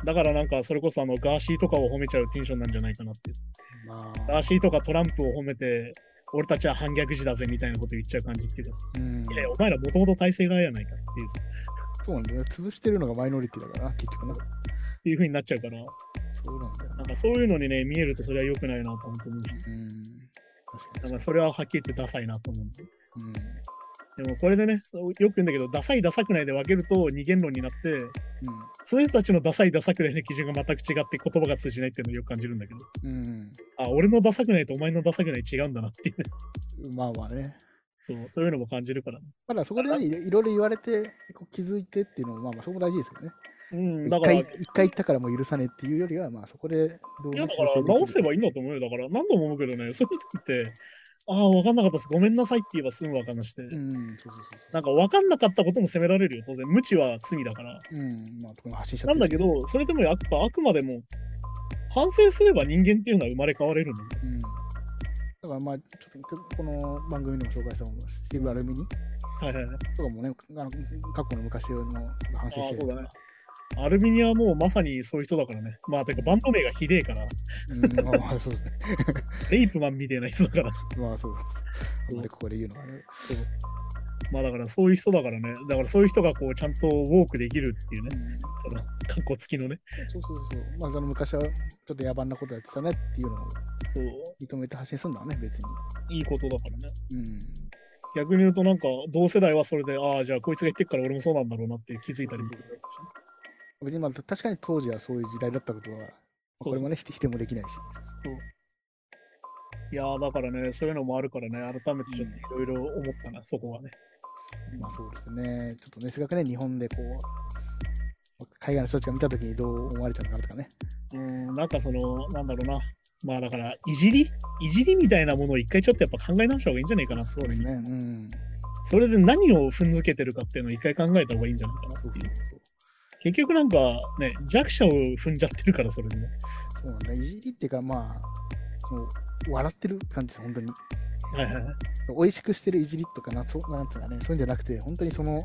B: だからなんかそれこそあのガーシーとかを褒めちゃうテンションなんじゃないかなっていう
C: ま
B: ガ
C: あ
B: ー、シーとかトランプを褒めて俺たちは反逆児だぜみたいなこと言っちゃう感じっていうかさ
C: うん。
B: いやいやお前らもともと体制側やないかっていうさ
C: そうなんだよね。潰してるのがマイノリティだからな、結局な。
B: っていう風になっちゃうから
C: そうなんだよ
B: な
C: な。
B: んかそういうのにね見えるとそれは良くないなと本当に思うし
C: うん。確か
B: な
C: に。
B: んかそれははっきり言ってダサいなと思うんで
C: うん。
B: でもこれでねそうよく言うんだけどダサいダサくないで分けると二元論になってそういう人たちのダサいダサくないの基準が全く違って言葉が通じないっていうのをよく感じるんだけど、
C: うん。うん。
B: あ、俺のダサくないとお前のダサくない違うんだなっていう、
C: まあまあね。
B: そう、そういうのも感じるから、ね。
C: まだそこでね、いろいろいろ言われて、こう気づいてっていうのも、まあまあそこも大事ですよね。
B: うん、だ
C: 一
B: から、
C: 回
B: い
C: 一回行ったからもう許さねえっていうよりは、まあそこでどう
B: や、だから直せばいいんだと思うよ。だから、何度も思うけどね、そういう時って、ああ、分かんなかったです。ごめんなさいって言えば済むわかんなして、
C: うん、そうそうそうそ
B: なんか分かんなかったことも責められるよ。当然、無知は罪だから。
C: う。うん、まあ、特に発信しちゃ
B: な
C: って
B: ん
C: る
B: だけど、それでもやっぱあくまでも、反省すれば人間っていうのは生まれ変われるんだよ。
C: うん。だからまあ、ちょっとこの番組でも紹介したもの、スティーブ・アルミニ
B: はいはいはい。
C: とかもね、あの過去の昔の反
B: あ
C: 省
B: あ、
C: し
B: そ
C: て
B: う
C: る。
B: だね。アルミニアはもうまさにそういう人だからね。まあ、てかバンド名がひでえから、
C: うん、まあまあそうですね。
B: レイプマンみたいな人だから。
C: まあそう。 あんまりここで言うのはね。
B: まあだからそういう人だからね。だからそういう人がこうちゃんとウォークできるっていう
C: う
B: ね。
C: ん、
B: その、格好付きのね。
C: そうそうそう。まあその昔はちょっと野蛮なことやってたねっていうのを
B: そう、
C: 認めて発信するのはね、別
B: いいことだからね。
C: に。うん。
B: 逆に言うとなんか、同世代はそれで、ああ、じゃあこいつが言ってっから俺もそうなんだろうなって気づいたりもするだろうしね
C: 別にまあ確かに当時はそういう時代だったことは、これもね、否定否定もできないし。
B: いやーだからね、そういうのもあるからね、改めてちょっといろいろ思ったな、そこはね。
C: まあそうですね。ちょっとね、せっかくね、日本でこう、海外の人たちが見たときにどう思われちゃうのかなとかね。
B: うん、なんかその、なんだろうな。まあだから、いじりいじりみたいなものを一回ちょっとやっぱ考え直した方がいいんじゃないかな
C: そうですね。うん。
B: それで何を踏んづけてるかっていうのを一回考えた方がいいんじゃないかな
C: そう
B: って
C: そ
B: いうう。
C: そう。
B: 結局なんかね、弱者を踏んじゃってるから、それでね。
C: そうなんだ。いじりっていうか、まあ、その、笑ってる感じです、本当に。
B: はいはいはい。
C: 美味しくしてるいじりとかな、そうなんていうかね、そういうんじゃなくて、本当にその、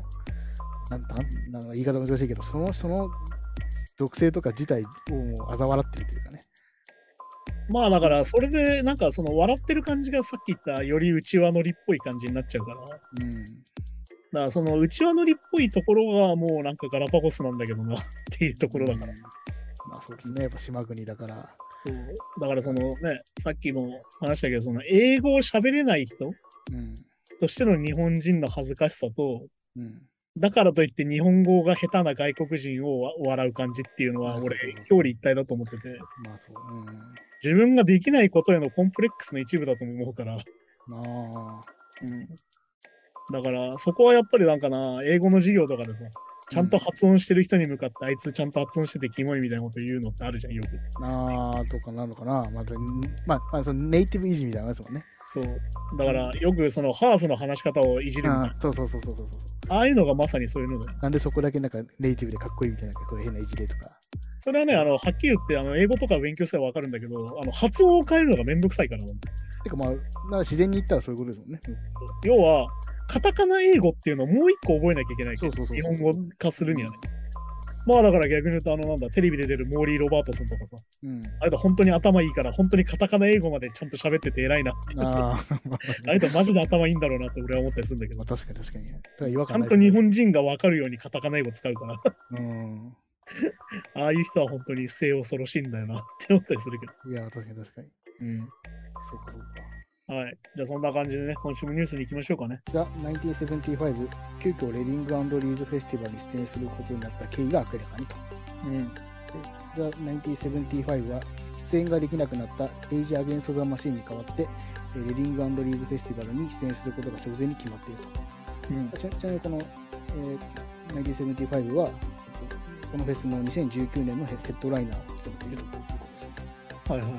C: なんなんなんか言い方難しいけど、その、その、属性とか自体をもう嘲笑ってるというかね。
B: まあだから、それでなんかその笑ってる感じがさっき言ったより内輪乗りっぽい感じになっちゃうから。だか
C: うん。
B: らその内輪乗りっぽいところがもうなんかガラパゴスなんだけどなっていうところだから。
C: うん。まあそうですね。やっぱ島国だから。
B: そうだからそのね、さっきも話したけど、その英語を喋れない人
C: うん。
B: としての日本人の恥ずかしさと、
C: うん。
B: だからといって日本語が下手な外国人をわ笑う感じっていうのは
C: うん
B: 俺
C: そうそうそう
B: 表裏一体だと思ってて
C: まあそう。うん。
B: 自分ができないことへのコンプレックスの一部だと思うから、
C: まあ、
B: だからそこはやっぱりなんかな英語の授業とかでさちゃんと発音してる人に向かって、あいつちゃんと発音しててキモいみたいなこと言うのってあるじゃんよく
C: なあとかなのかな。まあ、でまあ、まあ、そのネイティブいじみたいなやつもんね。
B: そうだからよくそのハーフの話し方をいじるみたいな
C: あそうそうそうそうそう。
B: ああいうのがまさにそういうのだよ
C: なんでそこだけなんかネイティブでかっこいいみたいな、こういう変ないじれとか。
B: それはねあのはっきり言ってあの英語とか勉強したらわかるんだけどあの発音を変えるのがめんどくさいから
C: てかまあ、なんか自然に言ったらそういうことですもんね。
B: 要はカタカナ英語っていうのをもう一個覚えなきゃいけないけど
C: そうそうそう
B: 日本語化するにはねまあだから逆に言うとあのなんだテレビで出るモーリー・ロバートソンとかさ
C: うん。
B: あれだ本当に頭いいから本当にカタカナ英語までちゃんと喋ってて偉いなってあ
C: ああ、まあ
B: れだマジで頭いいんだろうなって俺は思ったりするんだけ
C: ま
B: ど
C: あ、確かに確かに。だから違和
B: ちゃ
C: 感
B: ん
C: ない
B: と日本人が分かるようにカタカナ英語使うから
C: うん。
B: ああいう人は本当に性恐ろしいんだよなって思ったりするけど、
C: いや、確かに確かに。
B: うん、
C: そうかそうか。
B: はいじゃあそんな感じでね今週もニュースに行きましょうかね
C: ザ・1975、急遽レディングリーズフェスティバルに出演することになった経緯が明らかにと。
B: うん
C: ザ・1975は出演ができなくなったレイジ・アゲンスト・ザ・マシンに代わって、えーレディングリーズフェスティバルに出演することが直前に決まっていると。
B: うん
C: ちなちなみにこの、えー、1975は、えっとこのフェスの2019年のヘヘッドライナーを務めているということです。
B: はいはい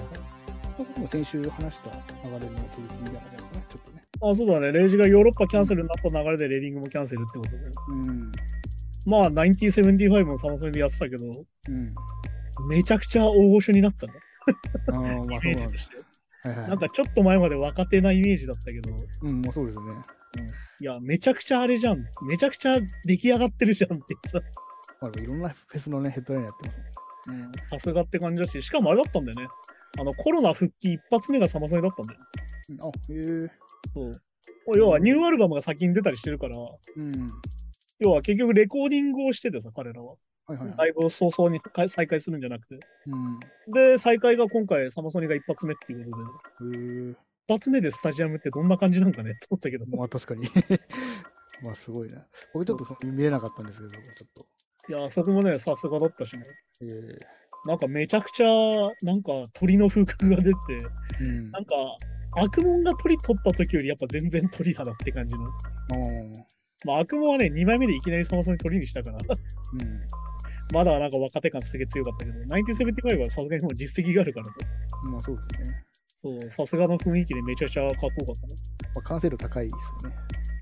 C: これも先週話した流れの続きみたいな感じですかね、ちょっとね。
B: あそうだね、レイジがヨーロッパキャンセルになった流れでレーディングもキャンセルってことで。
C: うん。
B: まあ、1975もサマソニでやってたけど、
C: うん。
B: めちゃくちゃ大御所になってたね。
C: ああ、まあそうなん
B: イメージ
C: で
B: と
C: す
B: して。
C: はいはい。
B: なんかちょっと前まで若手なイメージだったけど、
C: うん、もうそうですね。
B: いや、めちゃくちゃあれじゃん。めちゃくちゃ出来上がってるじゃんってさ。
C: まあ、いろんなフェスのね、ヘッドラインやってますもんね。
B: さすがって感じだし、しかもあれだったんだよね。あの、コロナ復帰一発目がサマソニだったんだよ。
C: うんあ、へ
B: そう。要はニューアルバムが先に出たりしてるから、
C: え。うん。
B: 要は結局レコーディングをしててさ、彼らは。
C: はいはいは
B: ラ
C: い。
B: イブを早々に再開するんじゃなくて。
C: うん。
B: で、再開が今回、サマソニが一発目っていうことで、
C: へえ。
B: 一発目でスタジアムってどんな感じなんかねって思ったけど、
C: まあ確かに。 まあすごいな。僕ちょっとそ見れなかったんですけど、ちょっと。
B: いや、そこもね、さすがだったしね。
C: え
B: なんかめちゃくちゃ、なんか鳥の風格が出て、
C: え。うん。
B: なんか、悪門が鳥取った時よりやっぱ全然鳥だなって感じの。
C: あー
B: まあ、悪門はね、2枚目でいきなりサマソニ鳥にしたから、
C: うん。
B: まだなんか若手感すげえ強かったけど、1975はさすがにもう実績があるからさ、
C: まあそうですね。
B: そう、さすがの雰囲気でめちゃくちゃかっこよかったね。
C: まあ、完成度高いですよね。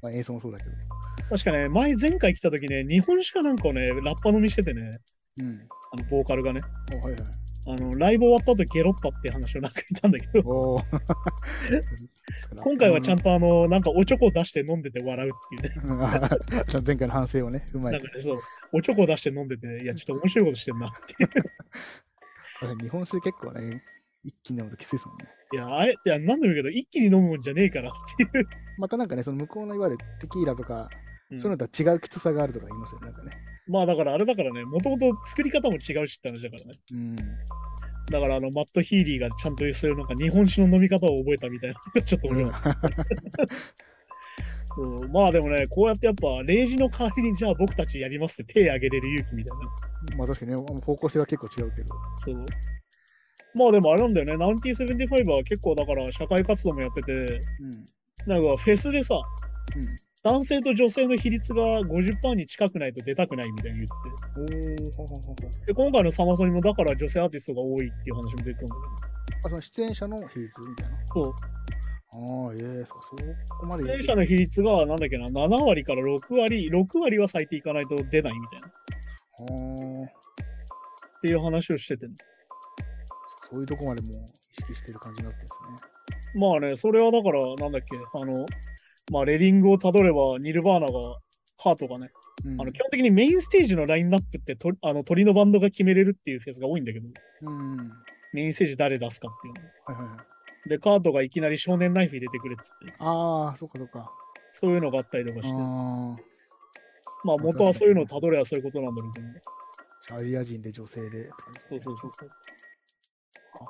C: まあ、演奏もそうだけど。
B: 確かね、前、前回来た時ね、日本しかなんかをね、ラッパ飲みしててね、
C: うん。
B: あの、ボーカルがね。
C: おはいはい。
B: あのライブ終わった後ゲロったって話をなんかいたんだけど、
C: おお。
B: 今回はちゃん
C: と。
B: とあの、なんかおちょこ出して飲んでて笑うっていうね。
C: 前回の反省をね、うま
B: ないんか。ね、そう、おちょこ出して飲んでて、いや、ちょっと面白いことしてんなっていう。
C: 日本酒結構ね、一気に飲むときついですもんね。
B: いや、あえて、いや何度も言うけど、一気に飲むもんじゃねえからっていう。
C: またなんかね、その向こうのいわゆるテキーラとか、
B: うん
C: そういうのとは違うきつさがあるとか言いますよね、なんかね。
B: まあだからあれだからね、もともと作り方も違うしって話だからね。
C: うん。
B: だからあの、マット・ヒーリーがちゃんとそういうなんか日本酒の飲み方を覚えたみたいな、ちょっと面白い。 そうまあでもね、こうやってやっぱ、レイジの代わりにじゃあ僕たちやりますって手挙げれる勇気みたいな。
C: まあ確かにね、方向性は結構違うけど。
B: そう。まあでもあれなんだよね、ナウンティセブンティファイブは結構だから社会活動もやってて、
C: うん。
B: なんかフェスでさ、
C: うん。
B: 男性と女性の比率が50%に近くないと出たくないみたいに言って
C: おー、ほほほほ。
B: て。で、今回のサマソニもだから女性アーティストが多いっていう話も出てたんだ
C: あ、その出演者の比率みたいな。
B: けど、
C: ああ、ええー、そそこま
B: そう。
C: で。
B: 出演者の比率がなんだっけな、7割から6割、6割は最低いかないと出ないみたいな。っ
C: あー
B: ていう話をしてて、ね、
C: そういうとこまでもう意識してる感じになってるんですね。
B: まあね、それはだからなんだっけ、あの、まあレディングをたどればニルバーナが、カートがね、
C: うん
B: あの基本的にメインステージのラインナップってとあの鳥のバンドが決めれるっていうフェスが多いんだけど、
C: うん。はい
B: メインステージ誰出すかっていうの。
C: はいはい。
B: で、カードがいきなり少年ナイフ入れてくれっつって、
C: ああ、そうかそうか。
B: そういうのがあったりとかして、
C: ああ。
B: まあ元はそういうのをたどればそういうことなんだろうけど、ね、
C: じゃあアジア人で女性でって感じです
B: そ
C: ね。
B: うそうそうそう。
C: はは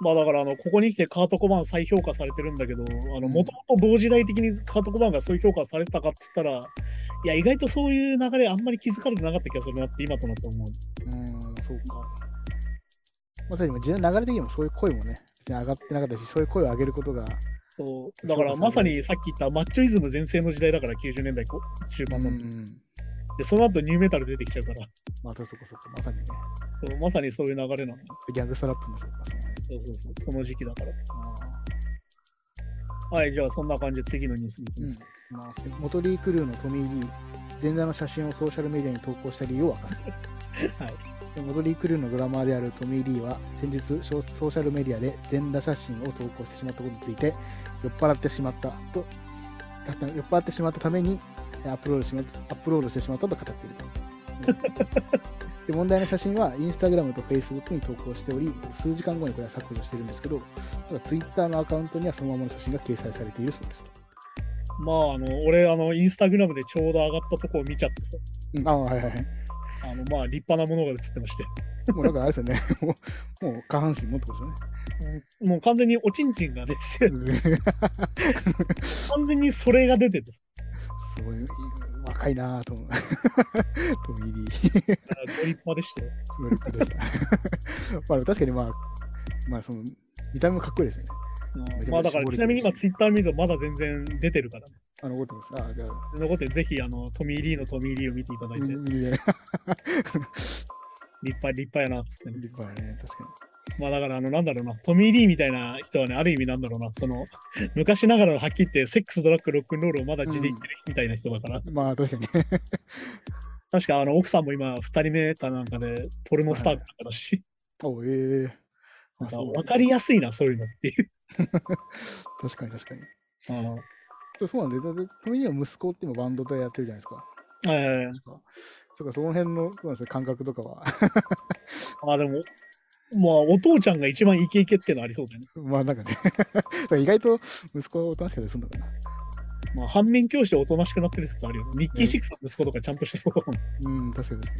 B: まあだからあの、ここに来てカートコバン再評価されてるんだけど、あの、もともと同時代的にカートコバンがそういう評価されてたかっつったら、いや、意外とそういう流れあんまり気づかれてなかった気がするなって今となって思う。
C: うん、そうか。まさに今時代の流れ的にもそういう声もね、別に上がってなかったし、そういう声を上げることが、
B: そう。だから
C: そうか
B: ま
C: そ
B: さ
C: うか
B: にさっき言ったマッチョイズム全盛の時代だから90年代こ中盤の、
C: うん、
B: で、その後ニューメタル出てきちゃうから、
C: まあ、そうかそうか、まさにね、
B: そうまさにそういう流れなの。
C: ギャングストラップもそうか、そうね
B: そうそうそう。その時期だから。
C: あ
B: はい、じゃあそんな感じで次のニュースに行き
C: ーう
B: ま
C: ん
B: す。
C: まあ、モトリークルーのトミー・リー、前座の写真をソーシャルメディアに投稿した理由を明かす。
B: はい
C: でモトリー・クルーのドラマーであるトミー・リーは、先日、ソーシャルメディアで全裸写真を投稿してしまったことについて、酔っ払ってしまったと、酔っ払ってしまったためにアップロードしまアップロードしてしまったと語っていると。で問題の写真はインスタグラムとフェイスブックに投稿しており、数時間後にこれは削除してるんですけど、ただツイッターのアカウントにはそのままの写真が掲載されているそうですと。
B: まあ、あの、俺、あの、インスタグラムでちょうど上がったとこを見ちゃってさ、
C: あはいはいはい。
B: あの、まあ、立派なものが映ってまして、
C: もうだからあれですよね、 もうもう下半身もってこと
B: もう完全におちんちんが出てて、
C: ですよね。
B: 完全にそれが出ててさ、
C: すごい若いなぁと思う。 トミー・リー。
B: ご立派でしたよ。
C: ノリップでした。 まあ確かにまあ、まあその、見た目もかっこいいですよね。
B: うんまあ、だから、ちなみに今、ツイッター見るとまだ全然出てるからね。
C: あの、覚えてます。あ、じゃあ、
B: 残ってるぜひ、あの、トミー・リーのトミー・リーを見ていただいて、
C: 見
B: 立
C: 見れない。
B: 派、立派やな、つってね。
C: 立派だね、確か
B: まあ、だから、あの、なんだろうな、トミー・リーみたいな人はね、ある意味なんだろうな、その、 昔ながらのはっきり言って、セックス、ドラッグ、ロックンロールをまだ地で言ってるみたいな人だから、
C: に。まあ確かに ね。
B: 確か、あの、奥さんも今、二人目かなんかで、ポルノスターだったらしい。
C: おええ
B: なん
C: あ
B: か
C: そう
B: 分かりやすいな、そういうのっていう。
C: 確かに確かに。
B: あの
C: そうなんで、だってトミーリーの息子って今バンドでやってるじゃないですか。
B: えー
C: 確か。そうか、その辺の、そうなんですよ、感覚とかは。
B: あでも、まあ、お父ちゃんが一番イケイケってのありそうだよね。
C: まあなんかね。 だから意外と息子はおとなしかったりするんだからな。
B: まあ、反面教師でおとなしくなってる説あるよね。ニッキ
C: う
B: ー
C: ん
B: シックスの息子とかちゃんとしてそうだもん。
C: うん、確かに確かに。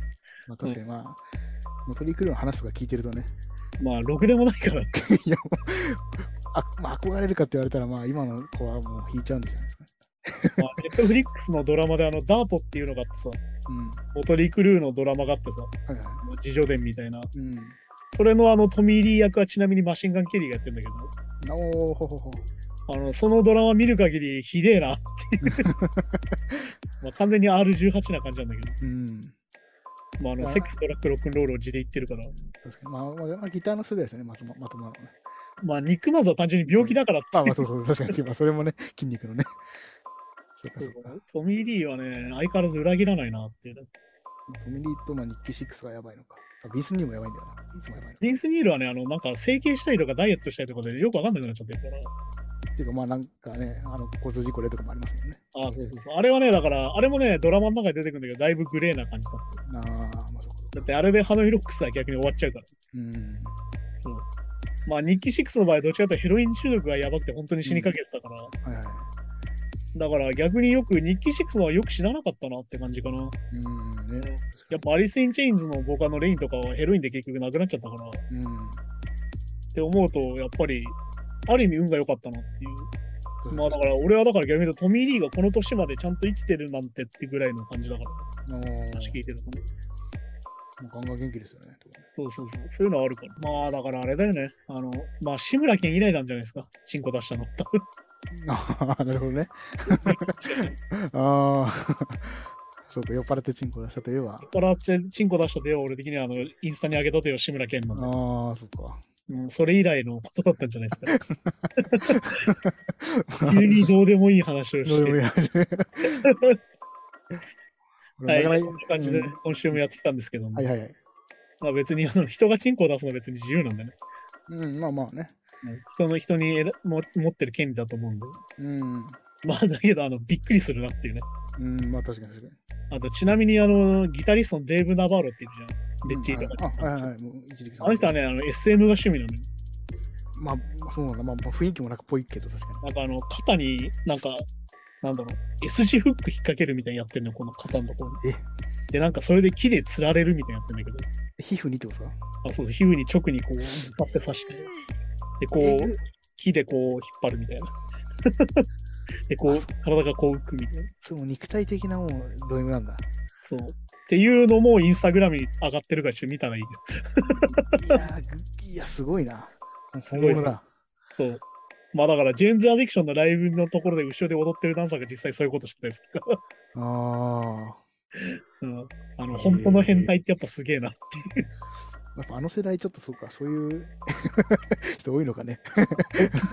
C: まあ確かにまあ、もうトリークルーの話とか聞いてるとね、
B: まあ、ろくでもないから。
C: いやもうあ、まあ、憧れるかって言われたら、まあ、今の子はもう引いちゃうんじゃないですかね。
B: まあ、ネットフリックスのドラマであの、ダートっていうのがあってさ、
C: うん。
B: オトリクルーのドラマがあってさ、
C: はいはい。
B: 自叙伝みたいな。
C: うん。
B: それのあの、トミーリー役はちなみにマシンガンケリーがやってんだけど、
C: おーほほほ。
B: あの、そのドラマ見る限りひでえなっていう。まあ、完全に R18 な感じなんだけど。
C: うん。
B: まあ、あの、
C: あー
B: セックス、ドラッグ、ロックンロールを地で言ってるから。
C: 確かに。まあ、まあまあ、ギターの人ですよね、まともまともなのね。
B: まあ、ニックマザーは単純に病気だからって
C: まあ
B: い
C: ま
B: う
C: あ、そうそう、確かに。まあ、それもね、筋肉のね。そうか
B: そ
C: そううか。
B: トミー・リーはね、相変わらず裏切らないなっていうね。
C: トミリーとまあニッキーシックスがやばいのか。あビースニーもやばいんだよな。ビースもやばいのか。
B: リンス・ニールはね、あの、なんか整形したりとかダイエットしたりとかでよくわかんなくなっちゃってるから。
C: っていうか、まあなんかね、あの、交通事故例とかもありますもんね。
B: ああ、そうそうそう。あれはね、だから、あれもね、ドラマの中で出てくるんだけど、だいぶグレーな感じだっ
C: なあ、まあそうか
B: た。だって、あれでハノイロックスは逆に終わっちゃうから。
C: うん。
B: そう。まあ、ニッキー・シックスの場合、どっちかというとヘロイン中毒がやばくて本当に死にかけてたから。
C: はいはい。
B: だから、逆によく、ニッキー・シックスのはよく知らなかったなって感じかな。
C: うん、ね。
B: やっぱ、アリス・イン・チェインズの他のレインとかはヘロインで結局なくなっちゃったから。
C: うん。
B: って思うと、やっぱり、ある意味運が良かったなっていう。まあだから、俺はだから逆に言うと、トミー・リーがこの年までちゃんと生きてるなんてってぐらいの感じだから、
C: あの
B: 話聞いてるとね。
C: もうガンガン元気ですよね。
B: そうそうそう、そういうのはあるから。まあだからあれだよね。あの、まあ志村けん以来なんじゃないですか。チンコ出したの。 多分
C: ああ、なるほ どね。ああ、 そうか、酔っ払ってチンコ出したといえば。あ
B: 酔っ払ってチンコ出した手を俺的にはあの、インスタに上げた手を志村けんな
C: あ
B: の。、
C: そっか。
B: うん、それ以来のことだったんじゃないです か。急にどうでもいい話を
C: どう
B: し
C: でも
B: て。
C: いい話
B: はい、
C: 俺なかなか
B: こんな感じで
C: うん
B: 今週もやってきたんですけども、
C: はいはいはい。
B: まあ別にあの人がチンコを出すのは別に自由なんでね。
C: うん、まあまあね。
B: 人の人にえらも持ってる権利だと思うんで。
C: うん。
B: まあだけど、あの、びっくりするなっていうね。
C: うん、まあ確かに確かに。
B: あと、ちなみに、あの、ギタリストのデーブ・ナバーロっていうじゃん。レッチリとかに
C: うんはいあ、はいはい。もう一力さん。
B: あの人はね、あの、SM が趣味なのよ。
C: まあ、そうなんだ。まあ、まあ、雰囲気もなんかっぽいけど、確か
B: なんかあの、肩になんか、なんだろう、S 字フック引っ掛けるみたいにやってんのよ、この肩のところに
C: え。
B: で、なんかそれで木で釣られるみたいにやってんだけど、
C: に。皮膚にってことですか
B: あ、そう、皮膚に直にこう、立って刺して、で、こう、木でこう引っ張るみたいな。 で、こ
C: あ
B: う
C: そう、
B: 体がこう浮くみたいな。
C: それも肉体的なもうド M なんだ。
B: そう。っていうのもインスタグラムに上がってるから一緒に見たらいいけど。
C: いやー、ぐいやすごいな。本
B: ごいっす
C: 物だ。
B: そう。まあだから、ジェーンズ・アディクションのライブのところで後ろで踊ってるダンサーが実際そういうことしてたりするから。
C: ああ。
B: うん。あの、本当の変態ってやっぱすげえなっていう。
C: やっぱあの世代ちょっとそうか、そういう 人多いのかね。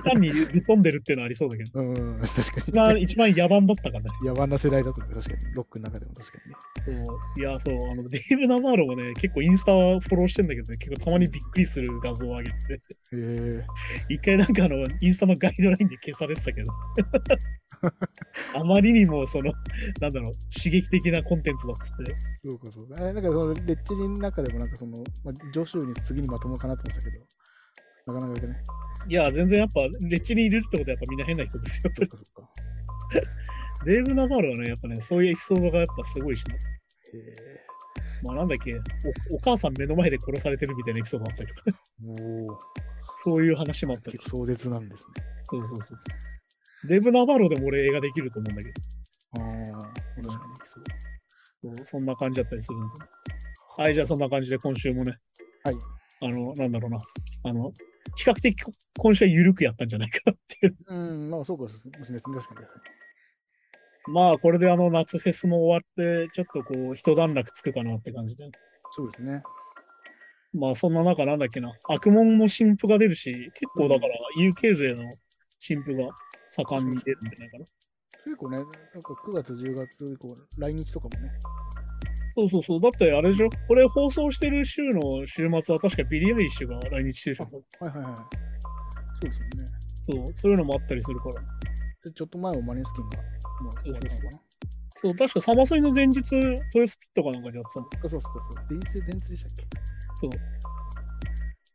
B: 単にぶっ飛んでるっていうのはありそうだけど。
C: うん、確
B: 一
C: か
B: 番、
C: に。
B: 一番野蛮だったからね。
C: 野蛮な世代だと思う、確かに。ロックの中でも確かにね。
B: そういや、そう、あの、デイブ・ナバーロもね、結構インスタフォローしてんだけどね、結構たまにびっくりする画像を上げて、
C: へえ
B: 一回なんかあの、インスタのガイドラインで消されてたけど、あまりにもその、なんだろう、刺激的なコンテンツだっつって、
C: そうかそうか。あれなんかその、レッチリの中でもなんかその、まあ、上州に次にまともかなと思ってたけど、なかなかいかね。
B: いや、全然やっぱ、レッチにいるってことはやっぱみんな変な人ですよ。
C: そっかそっか。
B: デイブ・ナバーロはね、やっぱね、そういうエピソードがやっぱすごいしね。
C: へえ
B: まあなんだっけお、お母さん目の前で殺されてるみたいなエピソードだったりとか、
C: お
B: そ
C: お、
B: ういう話もあったりし
C: 結構壮絶なんですね。
B: そうそうそうそう。デイブ・ナバーロでも俺映画できると思うんだけど、
C: ああ、確かにそう。
B: そうそんな感じだったりするんで。はい、じゃあそんな感じで今週もね、
C: はい。
B: あの、なんだろうな、あの、比較的こ今週は緩くやったんじゃないかなっていう。
C: うん、まあそうか、そうですね。確かに。
B: まあ、これであの、夏フェスも終わって、ちょっとこう、一段落つくかなって感じで。
C: そうですね。
B: まあ、そんな中、なんだっけな、悪門も新婦が出るし、結構だから、UK 勢の新婦が盛んに出るんじゃないかな。
C: 結構ね、なんか9月、10月以降、来日とかもね。
B: そうそうそう。だって、あれでしょ、これ放送してる週の週末は確かビリー・アイリッシュが来日してるでしょ。
C: はいはいはい。そうですよね。
B: そう、そういうのもあったりするから。
C: で、ちょっと前はマネスキンが、もう終わったのかな。
B: そう、確かサマソニの前日、トヨスピットかなんかでやってたの。
C: あそうそうそう。電通、電通でしたっけ
B: そう。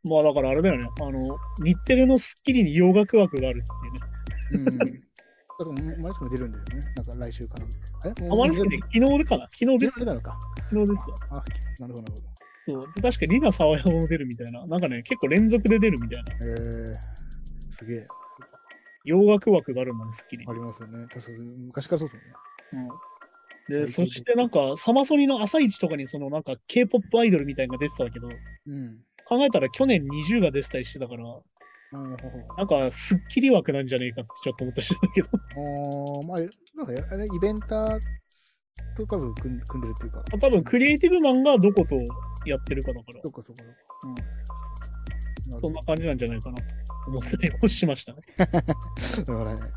B: まあだからあれだよね。あの、日テレのスッキリに洋楽枠があるっていうね。
C: うん。だからもうマネスキンが出るんだよね。なんか来週かなんか。あれ
B: あまり好きで
C: 出
B: 昨日でかな昨日です。
C: 出たのか。
B: 昨日ですよ。
C: あ、なるほどなるほど。
B: そう。で、確かリナ・サワヤも出るみたいな。なんかね、結構連続で出るみたいな。
C: えー、すげえ。
B: 洋楽枠があるもんね、スッキリ
C: あ。りますよね。確かに、昔からそうですもんね。
B: で、そしてなんか、サマソニの朝一とかにそのなんか K-POP アイドルみたいなのが出てたんだけど、
C: うん。
B: 考えたら去年20が出てたりしてたから、
C: うん、
B: なんかスッキリ枠なんじゃねえかってちょっと思ったりしてたけど。
C: ああ、まあ、なんかや、あれ、イベンターと多分組ん組んでるっていうか、
B: まあ多分クリエイティブマンがどことやってるかだから
C: そ、っかそっか
B: うん
C: そっか。
B: そんな感じなんじゃないかなと思ったりもしま したね。
C: なるほどだからね。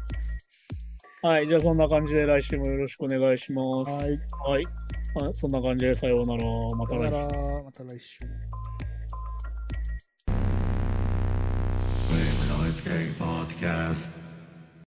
B: はい、じゃあそんな感じで来週もよろしくお願いします。
C: はい。
B: はい。あそんな感じでさようなら。また
C: さ
B: 来
C: よな
B: 週。
C: らまた来週。
A: Big Noise Gay Podcast.